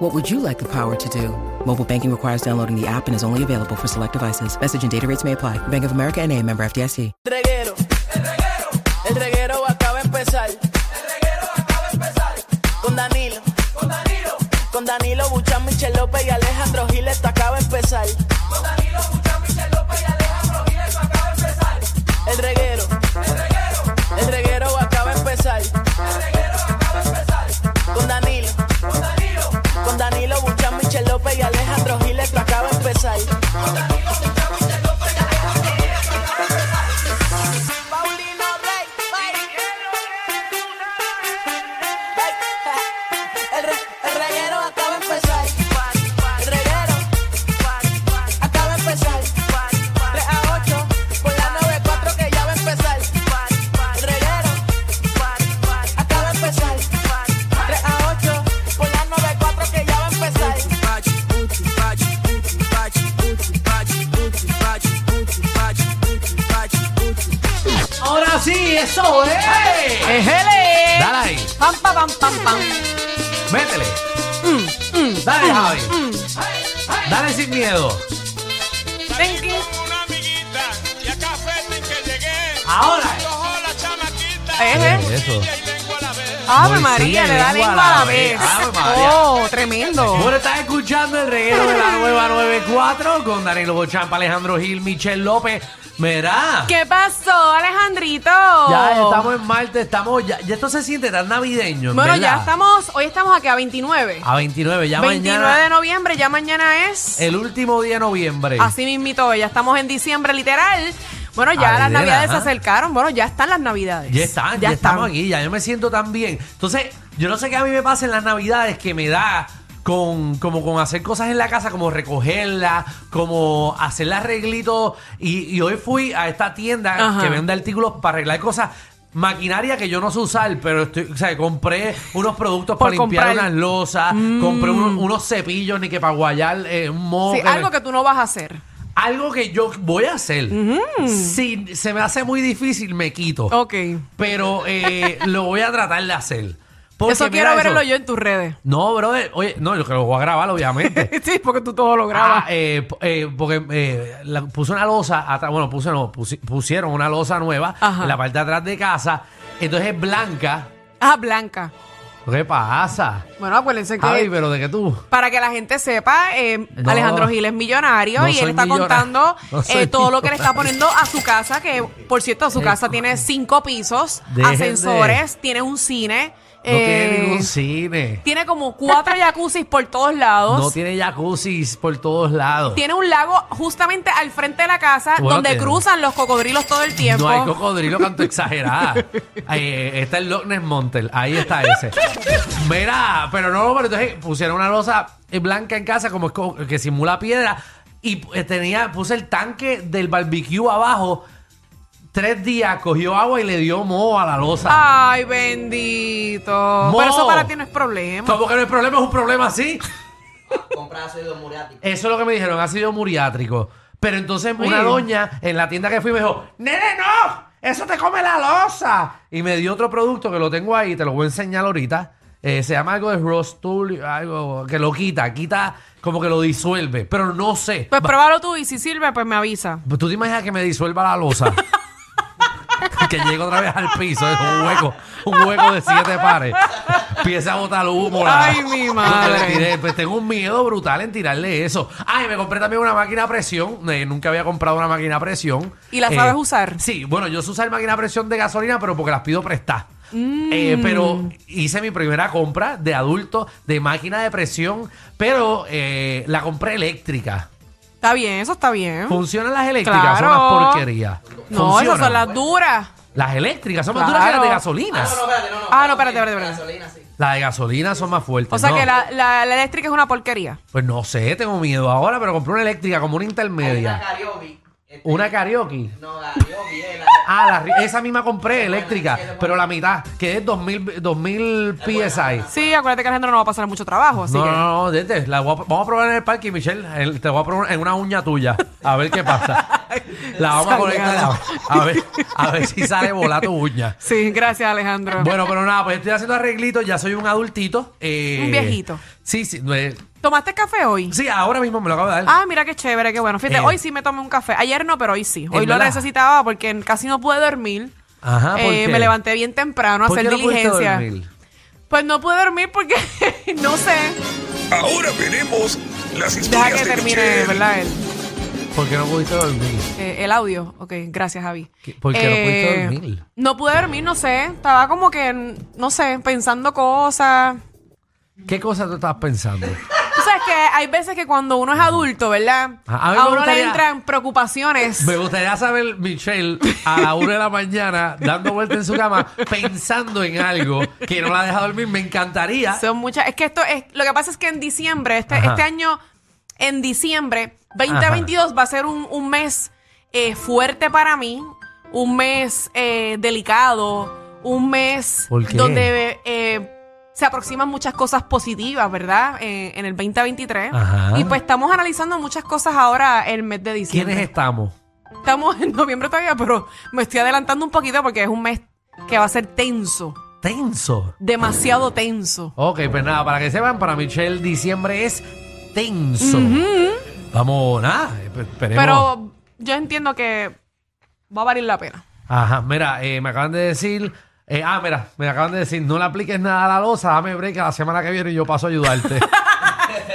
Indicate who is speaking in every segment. Speaker 1: What would you like the power to do? Mobile banking requires downloading the app and is only available for select devices. Message and data rates may apply. Bank of America and a member FDIC.
Speaker 2: El reguero. El reguero acaba de empezar. Con Danilo. Con Danilo Buchan, Michel López y Alejandro Giles, esto acaba de empezar. El reguero. El reguero acaba de empezar. Con Danilo. Con Danilo Buchan, Michel López y Alejandro Giles, esto acaba de empezar. Paulino Rey, Rey. El, re- el reguero acaba de empezar. El reguero acaba de empezar. 3 a 8 por la 94 que ya va a empezar. El reguero acaba de empezar. 3 a 8 por la 94 que ya va a empezar.
Speaker 3: Ahora sí, eso es.
Speaker 4: ¡Ejele!
Speaker 3: Dale ahí,
Speaker 4: ¡Pam, pam, pam, pam, pam! Mm,
Speaker 3: métele. Dale, Javi. Dale sin miedo.
Speaker 4: Thank you.
Speaker 5: una amiguita y a café sin que llegué.
Speaker 3: Ahora.
Speaker 5: Cojo la chamaquita
Speaker 4: Eje.
Speaker 3: Eso.
Speaker 5: y lengua a la vez.
Speaker 4: ¡Ave
Speaker 3: Morcilla
Speaker 4: María!
Speaker 3: y
Speaker 4: Le da lengua a la vez.
Speaker 3: Ave María.
Speaker 4: ¡Oh, tremendo!
Speaker 3: Bueno, estás escuchando el reguero de la nueva 94 con Danilo Bochampa, Alejandro Gil, Michelle López. Mirá.
Speaker 4: ¿Qué oh? pasó, Alejandrito?
Speaker 3: Ya estamos en Marte, estamos. Ya, ya esto se siente tan navideño. en
Speaker 4: Bueno,
Speaker 3: ¿verdad?
Speaker 4: ya estamos. Hoy estamos aquí a 29.
Speaker 3: A 29, Ah, ya
Speaker 4: 29
Speaker 3: mañana. Eh.
Speaker 4: de noviembre, ya mañana es.
Speaker 3: El último día de noviembre.
Speaker 4: Así mismito, ya estamos en diciembre, literal. Bueno, ya las
Speaker 3: Adela,
Speaker 4: navidades se
Speaker 3: ajá.
Speaker 4: acercaron. Bueno, ya están las navidades.
Speaker 3: Ya están, ya, estamos aquí, ya yo me siento tan bien. Entonces, yo no sé qué a mí me pasa en las navidades que me da con, como con hacer cosas en la casa, como recogerla, como hacer arreglitos. Y, y hoy fui a esta tienda
Speaker 4: Ajá.
Speaker 3: que vende artículos para arreglar cosas. Maquinaria que yo no sé usar, pero estoy, o sea, compré unos productos
Speaker 4: Por
Speaker 3: para limpiar
Speaker 4: comprar. Mm.
Speaker 3: unas losas, compré unos, unos cepillos ni que para guayar eh, un moho.
Speaker 4: Sí,
Speaker 3: que me-
Speaker 4: algo que tú no vas a hacer.
Speaker 3: algo que yo voy a hacer. Si se me hace muy difícil, me quito
Speaker 4: Mm. Ok.
Speaker 3: pero eh, lo voy a tratar de hacer. Porque
Speaker 4: eso
Speaker 3: mira
Speaker 4: quiero verlo yo en tus redes.
Speaker 3: No, brother. Oye, no, yo que lo voy a grabar, obviamente.
Speaker 4: Sí, porque tú todo lo grabas.
Speaker 3: Ah, eh, po- eh, porque eh, la- puse una losa atrás, bueno, puse, no, pusi- pusieron una losa nueva
Speaker 4: Ajá.
Speaker 3: en la parte de atrás de casa. Entonces es blanca.
Speaker 4: Ah, Blanca.
Speaker 3: ¿Qué pasa?
Speaker 4: Bueno, acuérdense que
Speaker 3: Javi, pero de que tú.
Speaker 4: para que la gente sepa, eh,
Speaker 3: No.
Speaker 4: Alejandro Gil es millonario
Speaker 3: No
Speaker 4: y él
Speaker 3: soy
Speaker 4: está
Speaker 3: millonario.
Speaker 4: contando
Speaker 3: No soy
Speaker 4: eh, todo lo que le está
Speaker 3: millonario.
Speaker 4: poniendo a su casa, que por cierto, su
Speaker 3: Eh,
Speaker 4: casa tiene cinco pisos,
Speaker 3: Dejen
Speaker 4: ascensores, tiene un cine,
Speaker 3: No tiene
Speaker 4: eh,
Speaker 3: ningún cine.
Speaker 4: tiene como cuatro jacuzzis por todos lados.
Speaker 3: No tiene jacuzzis por todos lados.
Speaker 4: tiene un lago justamente al frente de la casa
Speaker 3: Bueno,
Speaker 4: donde
Speaker 3: tiene-
Speaker 4: cruzan los cocodrilos todo el tiempo.
Speaker 3: No hay cocodrilo canto exagerada. Eh, está el Loch Ness Montel. Ahí está ese. Mira, pero no, pero entonces pusieron una losa eh, blanca en casa como es co- que simula piedra. Y eh, tenía, puse el tanque del barbecue abajo. Tres días cogió agua y le dio moho a la losa.
Speaker 4: Ay, bendito. Pero eso
Speaker 3: Mo.
Speaker 4: para ti no es problema.
Speaker 3: Como que no hay problema, es un problema así. Eso es lo que me dijeron, ácido muriátrico. Pero entonces una
Speaker 4: Oye.
Speaker 3: doña en la tienda que fui me dijo, nene, no, eso te come la losa. Y me dio otro producto que lo tengo ahí, te lo voy a enseñar ahorita. Eh, se llama algo de Rostul, algo que lo quita, quita como que lo disuelve, pero no sé.
Speaker 4: Pues pruébalo tú y si sirve, pues me avisa.
Speaker 3: Pues, ¿Tú te imaginas que me disuelva la losa? que llego otra vez al piso, es un hueco, un hueco de siete pares. Empieza a botar humo. la-
Speaker 4: Ay, mi
Speaker 3: lo que
Speaker 4: madre.
Speaker 3: le tiré. Pues tengo un miedo brutal en tirarle eso. Ay, me compré también una máquina a presión. Eh, nunca había comprado una máquina a presión.
Speaker 4: ¿Y la
Speaker 3: Eh,
Speaker 4: sabes usar?
Speaker 3: Sí, bueno, yo sé usar máquina a presión de gasolina, pero porque las pido prestar.
Speaker 4: Mm.
Speaker 3: Eh, pero hice mi primera compra de adulto de máquina de presión, pero eh, la compré eléctrica.
Speaker 4: Está bien, eso está bien.
Speaker 3: Funcionan las eléctricas, son
Speaker 4: ¿Mm? Claro.
Speaker 3: unas porquerías.
Speaker 4: No, esas son
Speaker 3: Funcionan.
Speaker 4: las duras.
Speaker 3: Las eléctricas son más duras que las de
Speaker 4: Claro.
Speaker 3: gasolina.
Speaker 4: ah, no, espérate, espérate, espérate.
Speaker 3: Las de gasolina son más fuertes.
Speaker 4: O sea
Speaker 3: no.
Speaker 4: que la, la- la eléctrica es una porquería.
Speaker 3: Pues no sé, tengo miedo ahora, pero compré una eléctrica como una intermedia.
Speaker 6: Una karaoke. Este,
Speaker 3: Una karaoke.
Speaker 6: No, karaoke es la.
Speaker 3: Ah, la ri- esa misma compré, eléctrica, pero la mitad, que es 2000, 2000 PSI.
Speaker 4: Sí, acuérdate que Alejandro no va a pasar mucho trabajo, así
Speaker 3: No,
Speaker 4: que.
Speaker 3: no, no, vete, la voy a- vamos a probar en el parque, y Michelle. el- te voy a probar en una uña tuya. A ver qué pasa. La vamos a conectar.
Speaker 4: Salgado.
Speaker 3: A ver, a ver si sale volar tu uña.
Speaker 4: Sí, gracias, Alejandro.
Speaker 3: Bueno, pero nada, pues estoy haciendo arreglitos, ya soy un adultito. eh,
Speaker 4: Un viejito.
Speaker 3: Sí, sí. eh,
Speaker 4: ¿Tomaste café hoy?
Speaker 3: sí, ahora mismo me lo acabo de dar.
Speaker 4: Ah, mira qué chévere, qué bueno. Fíjate,
Speaker 3: Eh.
Speaker 4: hoy sí me tomé un café. Ayer no, pero hoy sí. Hoy
Speaker 3: ¿En
Speaker 4: lo
Speaker 3: verdad?
Speaker 4: necesitaba porque casi no pude dormir.
Speaker 3: Ajá, ¿por
Speaker 4: Eh,
Speaker 3: qué?
Speaker 4: Me levanté bien temprano a
Speaker 3: ¿Por qué
Speaker 4: hacer
Speaker 3: no pudiste
Speaker 4: diligencia.
Speaker 3: dormir?
Speaker 4: Pues no pude dormir porque no sé.
Speaker 6: Ahora veremos las
Speaker 4: Deja
Speaker 6: historias
Speaker 4: que
Speaker 6: de
Speaker 4: termine,
Speaker 6: Michelle.
Speaker 4: ¿verdad? El,
Speaker 3: ¿Por qué no pudiste dormir?
Speaker 4: eh, el audio. Ok, gracias, Javi. Eh,
Speaker 3: ¿Qué- por qué no pudiste dormir?
Speaker 4: No pude dormir, no sé. Estaba como que, no sé, pensando cosas.
Speaker 3: ¿Qué cosa tú estabas pensando?
Speaker 4: Tú sabes que hay veces que cuando uno es adulto, ¿verdad?
Speaker 3: Ajá, a mí me
Speaker 4: a uno le
Speaker 3: gustaría-
Speaker 4: entran preocupaciones.
Speaker 3: Me gustaría saber, Michelle, a la una de la mañana, dando vuelta en su cama, pensando en algo que no la deja dormir. Me encantaría.
Speaker 4: Son muchas. Es que esto es. Lo que pasa es que en diciembre, este,
Speaker 3: Ajá.
Speaker 4: este año, en diciembre, 2022 va a ser un, un mes eh, fuerte para mí, un mes eh, delicado, un mes
Speaker 3: ¿Por qué?
Speaker 4: donde eh, se aproximan muchas cosas positivas, ¿verdad? Eh, en el 2023.
Speaker 3: Ajá.
Speaker 4: Y pues estamos analizando muchas cosas ahora el mes de diciembre.
Speaker 3: ¿Quiénes estamos?
Speaker 4: Estamos en noviembre todavía, pero me estoy adelantando un poquito porque es un mes que va a ser tenso,
Speaker 3: Tenso.
Speaker 4: demasiado tenso.
Speaker 3: Ok, pues nada, para que sepan, para Michelle, diciembre es tenso. Vamos, nada, esp- esperemos.
Speaker 4: Pero yo entiendo que va a valer la pena.
Speaker 3: Ajá, mira, eh, me acaban de decir. eh, ah, mira, me acaban de decir, no le apliques nada a la losa, dame break a la semana que viene y yo paso a ayudarte.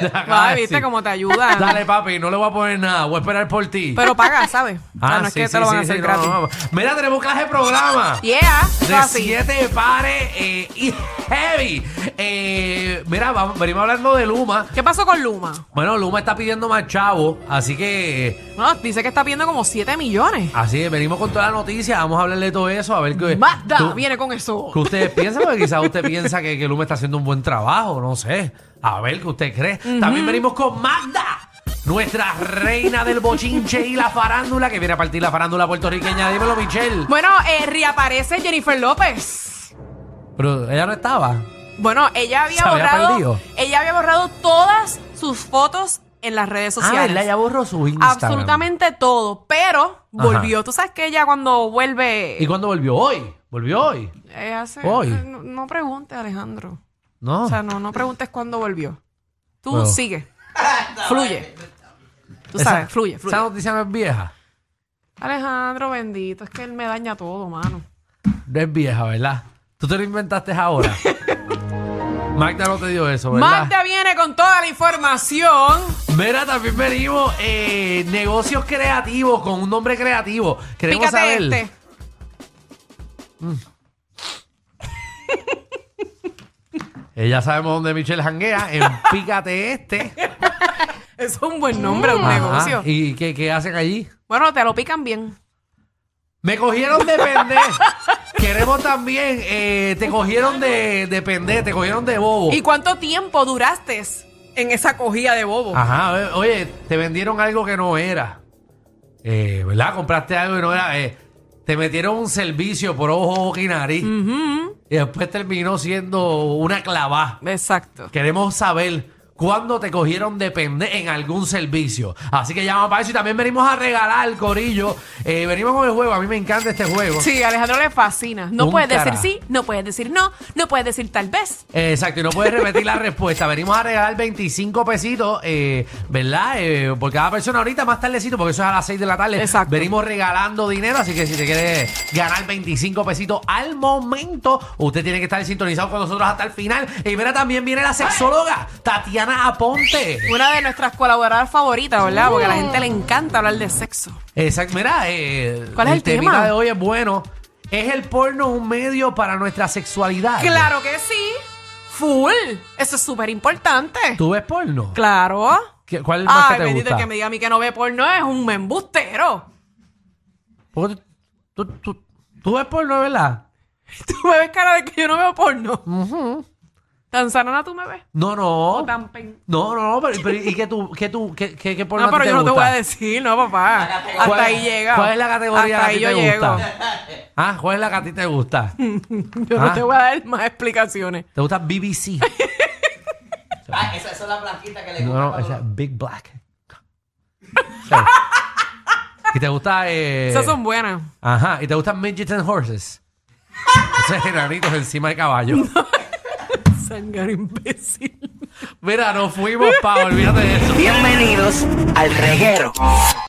Speaker 3: Me acaban de
Speaker 4: Ay, viste
Speaker 3: decir,
Speaker 4: cómo te ayuda.
Speaker 3: Ah, Dale, papi, no le voy a poner nada, voy a esperar por ti.
Speaker 4: Pero paga, ¿sabes? O sea,
Speaker 3: Ah,
Speaker 4: no es
Speaker 3: sí,
Speaker 4: que
Speaker 3: sí,
Speaker 4: te lo van a
Speaker 3: sí,
Speaker 4: hacer
Speaker 3: sí, no,
Speaker 4: gratis.
Speaker 3: no, no. Mira, tenemos clase de programa.
Speaker 4: Yeah, eso
Speaker 3: De
Speaker 4: así.
Speaker 3: siete pares eh, y heavy. Eh, mira, vamos, venimos hablando de Luma.
Speaker 4: ¿Qué pasó con Luma?
Speaker 3: Bueno, Luma está pidiendo más chavo, así que
Speaker 4: No, dice que está pidiendo como 7 millones.
Speaker 3: así es, venimos con toda la noticia, vamos a hablarle de todo eso, a ver qué,
Speaker 4: Basta,
Speaker 3: pues, tú-
Speaker 4: viene con eso.
Speaker 3: qué ustedes piensan, porque quizás usted piensa que, que Luma está haciendo un buen trabajo, no sé, a ver qué usted cree. También venimos con Magda, nuestra reina del bochinche y la farándula, que viene a partir la farándula puertorriqueña, dímelo Michelle.
Speaker 4: Bueno, eh, reaparece Jennifer López.
Speaker 3: Pero ella no estaba. Ah,
Speaker 4: Bueno, ella había
Speaker 3: Se había
Speaker 4: borrado.
Speaker 3: perdido.
Speaker 4: Ella había borrado todas sus fotos en las redes
Speaker 3: Ah,
Speaker 4: sociales.
Speaker 3: ¿verdad? Ella borró su Instagram.
Speaker 4: Absolutamente todo. Pero volvió. Tú sabes que ella cuando vuelve.
Speaker 3: ¿Y cuándo volvió? Hoy. Volvió hoy.
Speaker 4: eh, hace-
Speaker 3: Hoy.
Speaker 4: eh, No, no preguntes, Alejandro.
Speaker 3: No.
Speaker 4: O sea, no, no preguntes cuándo volvió. Tú
Speaker 3: Bueno.
Speaker 4: sigue. fluye. Tú
Speaker 3: Esa-
Speaker 4: sabes, fluye, fluye.
Speaker 3: Esa noticia no es vieja.
Speaker 4: Alejandro, bendito, es que él me daña todo, mano.
Speaker 3: No es vieja, ¿verdad? Tú te lo inventaste ahora. Magda no te dio eso, ¿verdad?
Speaker 4: Magda viene con toda la información.
Speaker 3: Mira, también venimos eh, negocios creativos con un nombre creativo. Queremos
Speaker 4: Pícate
Speaker 3: saber.
Speaker 4: este.
Speaker 3: Eh, ya sabemos dónde Michelle janguea. En Pícate Este.
Speaker 4: Es un buen nombre, un
Speaker 3: Ajá.
Speaker 4: negocio.
Speaker 3: ¿Y qué, qué hacen allí?
Speaker 4: Bueno, te lo pican bien.
Speaker 3: Me cogieron de pendejo. Queremos también, eh, te cogieron de, de pendejo, te cogieron de bobo.
Speaker 4: ¿Y cuánto tiempo duraste en esa cogida de bobo?
Speaker 3: Ajá, eh, oye, te vendieron algo que no era. Eh, ¿Verdad? Compraste algo que no era. eh, te metieron un servicio por ojo, boca y nariz. Y después terminó siendo una clavada.
Speaker 4: Exacto.
Speaker 3: Queremos saber cuándo te cogieron de pende en algún servicio. Así que llama para eso y también venimos a regalar, Corillo. Eh, venimos con el juego. A mí me encanta este juego.
Speaker 4: Sí, a Alejandro le fascina. No
Speaker 3: Un
Speaker 4: puedes decir
Speaker 3: carajo.
Speaker 4: sí, no puedes decir no, no puedes decir tal vez.
Speaker 3: Eh, Exacto, y no puedes repetir la respuesta. Venimos a regalar 25 pesitos, eh, ¿verdad? Eh, por cada persona ahorita, más tardecito, porque eso es a las 6 de la tarde.
Speaker 4: Exacto.
Speaker 3: Venimos regalando dinero, así que si te quieres ganar 25 pesitos al momento, usted tiene que estar sintonizado con nosotros hasta el final. Y mira, también viene la sexóloga, Tatiana Aponte.
Speaker 4: Una de nuestras colaboradoras favoritas, ¿verdad? Porque a la gente le encanta hablar de sexo.
Speaker 3: Exacto, mira, eh,
Speaker 4: ¿Cuál es el
Speaker 3: temita
Speaker 4: tema?
Speaker 3: de hoy es bueno. ¿Es el porno un medio para nuestra sexualidad?
Speaker 4: Claro que sí. Full. Eso es súper importante.
Speaker 3: ¿Tú ves porno?
Speaker 4: Claro.
Speaker 3: ¿Qué- ¿Cuál es el más
Speaker 4: Ay,
Speaker 3: que te
Speaker 4: bendito
Speaker 3: gusta?
Speaker 4: el que me diga a mí que no ve porno es un embustero.
Speaker 3: Porque tú, tú, tú, tú ves porno, ¿verdad?
Speaker 4: Tú me ves cara de que yo no veo porno. ¿Tan sanana tú me ves?
Speaker 3: No, no.
Speaker 4: O tan pen-
Speaker 3: No, no, no, pero, pero ¿y qué tú, qué tú, qué, qué, qué porno
Speaker 4: No,
Speaker 3: a ti
Speaker 4: Ah, pero
Speaker 3: te
Speaker 4: yo no te voy
Speaker 3: gusta?
Speaker 4: a decir, no, papá. Hasta ahí llega.
Speaker 3: ¿Cuál es la categoría
Speaker 4: Hasta
Speaker 3: que a
Speaker 4: ahí
Speaker 3: ti
Speaker 4: yo
Speaker 3: te
Speaker 4: llego.
Speaker 3: gusta? Ah, ¿cuál es la que a ti te gusta?
Speaker 4: Yo
Speaker 3: Ah.
Speaker 4: no te voy a dar más explicaciones.
Speaker 3: ¿Te gusta BBC?
Speaker 7: Ah, esa, esa es la blanquita que le
Speaker 3: No,
Speaker 7: gusta.
Speaker 3: no,
Speaker 7: a
Speaker 3: esa
Speaker 7: Pablo.
Speaker 3: es Big Black. ¿Sabes? ¿Y te gusta? Eh...
Speaker 4: Esas son buenas.
Speaker 3: Ajá, ¿y te gustan midgets and horses? Esos enanitos encima de caballo.
Speaker 4: Sangar imbécil.
Speaker 3: Mira, nos fuimos, pa, olvídate de eso.
Speaker 2: Bienvenidos al reguero.